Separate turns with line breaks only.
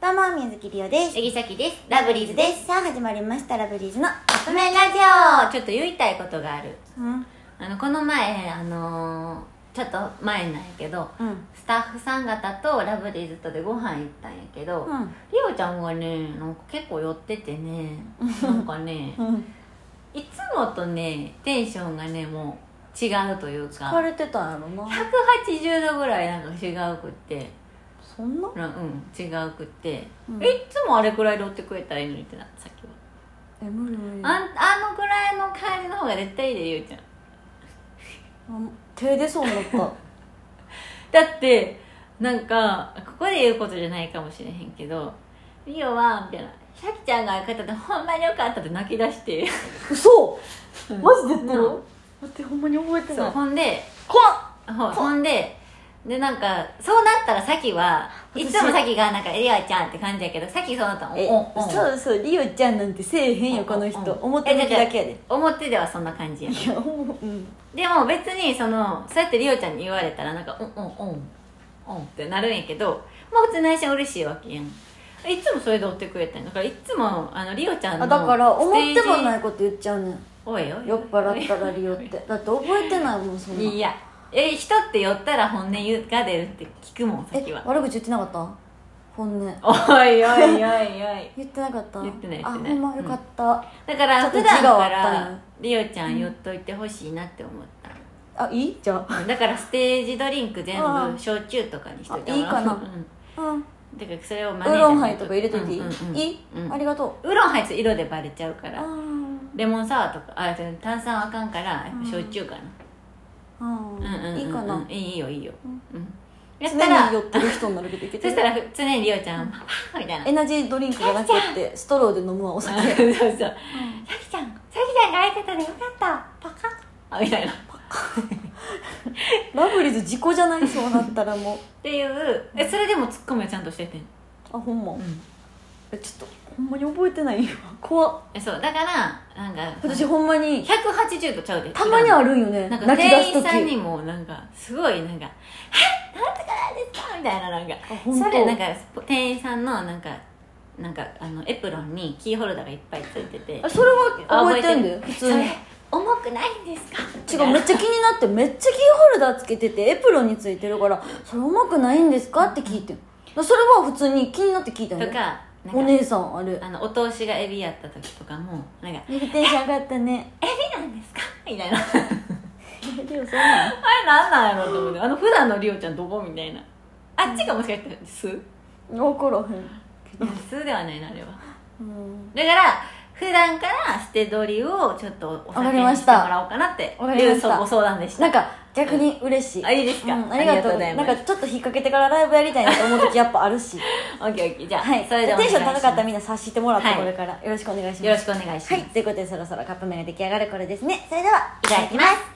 どうも水木りおです
杉崎ですラブリーズです
さあ始まりましたラブリーズの
カップ麺ラジオちょっと言いたいことがある
うん
あのこの前あのーちょっと前なんやけど
うん
スタッフさん方とラブリーズとでご飯行ったんやけど、
うん
りおちゃんがねなんか結構寄っててねなんかね
うん
いつもとねテンションがねもう違うという
疲
か
れてたんやろな
180度ぐらいなんか違うくって
そんな
なうん違うくって、
うん
えいつもあれくらいで寄ってくれたらいいのにってなったさっきは。
え無理無理
あんあのくらいの感じの方が絶対いいでゆうちゃん
あ手出そうになった
だってなんかここで言うことじゃないかもしれへんけど「みよは」みたいな「さきちゃんが相方でほんまによかった」って泣き出して
嘘
う ん
マジで言ってる
うん
待ってほんまに覚えて
そう
ない
ほんで
こ
ほほんででなんかそうなったらさきはいつもさきがなんか「りあちゃん」って感じやけどさきそうなったら「
え
おんおん
そうそうリオちゃんなんてせえへんよこの人
うんうん
表向きだけやでい
表ではそんな感じや
やほんまうん
でも別にそのそうやってりおちゃんに言われたらなんか「うんうんうんうん」ってなるんやけどまあ普通内心嬉しいわけやんいつもそれで追ってくれたんやだからいつもあのりおちゃんの
あだから思っても
い
ないこと言っちゃうねん
おいおい
酔っ払ったらリオってだって覚えてないもんそんない
やえ人って寄ったら本音が出るって聞くもんさっき
え
は
悪口言ってなかった本音
おいおいおいおい
言ってなかった
言ってない
あほ
言ってない
んまよかった、
だから
ちょ
普
っと字
段
が
か
割ったんや
らりおちゃん寄っといてほしいなって思った、
あいいじゃ
うんだからステージドリンク全
ああ
部焼酎とかにしといて
あいいかな
うん
あうん
だからそれをマ
ウーロンハイとか入れといていい、
うんうんうん
いい、
うん
ありがと
ウーロンハイって色でバレちゃうか
うあ
らレモンサワーとかあ炭酸あかんからやっぱ焼酎かな、
あ、うん
うんうんうん
いいかな、
うんいいよいいよ、うんやった
常
ら
に寄ってる人になるけどいけ
そ
て
した
る
らふ常にりおちゃん「はぁみたいな
エナジードリンクじゃなくてストローで飲むわお
そ
酒
うそうさきちゃんさきちゃんが相方でよかったパカッあみたいなっ
ラブリーズ事故じゃないそうなったらもう
ていうえそれでもツッコミはちゃんとしててん、
あほんま、
うん
えちょっとほんまに覚えてないよ怖っ
えそうだからなんか
私ほんまに
180度ちゃうで
たまにあるんよね
なんか
泣き出
店
す
員
時
さんにもなんかすごいなんか「えなんとかなんですか?」みたいななんか
あほんと
それなんか店員さんのなんかなんかあのエプロンにキーホルダーがいっぱいついてて
あそれは覚えてんだよ
あ
普
そ
通
れ
に
重くないんですか
違うめっちゃ気になってめっちゃキーホルダーつけててエプロンについてるから「それうまくないんですか?」って聞いてんそれは普通に気になって聞いたん
と
だよ
かなんか
お姉さんあれ
あのお通しがエビやった時とかもなんか
右手上がった ね
「エビなんですか?」みたいな あ
えでもそうなの
れなんなんやろうと思ってあの普段のリオちゃんどこみたいなあっちがもしかしたら素い
分からへん
や素ではないなあれは
うん
だから普段から捨て取りをちょっとお
わか
酒
りま
に
し
して
た
もらおうかなって
わかりま
い
し
う
た
ご相談でした
なんか逆に嬉しい
あいいですか
うんありがとう
ありがとうござ
な
いま
ん
す
かちょっと引っ掛けてからライブやりたいなと思う時やっぱある し
オッケーオッケーじゃあ、
はい
それで
テ
はお願
ン
い
ション高かったら
し
みんな察してもらって
はい
これからよろしくお願いし
ます
ま
よろ
す
しくお願いします、
はいということでそろそろカップ麺が出来上がる頃ですねそれではい
いただきます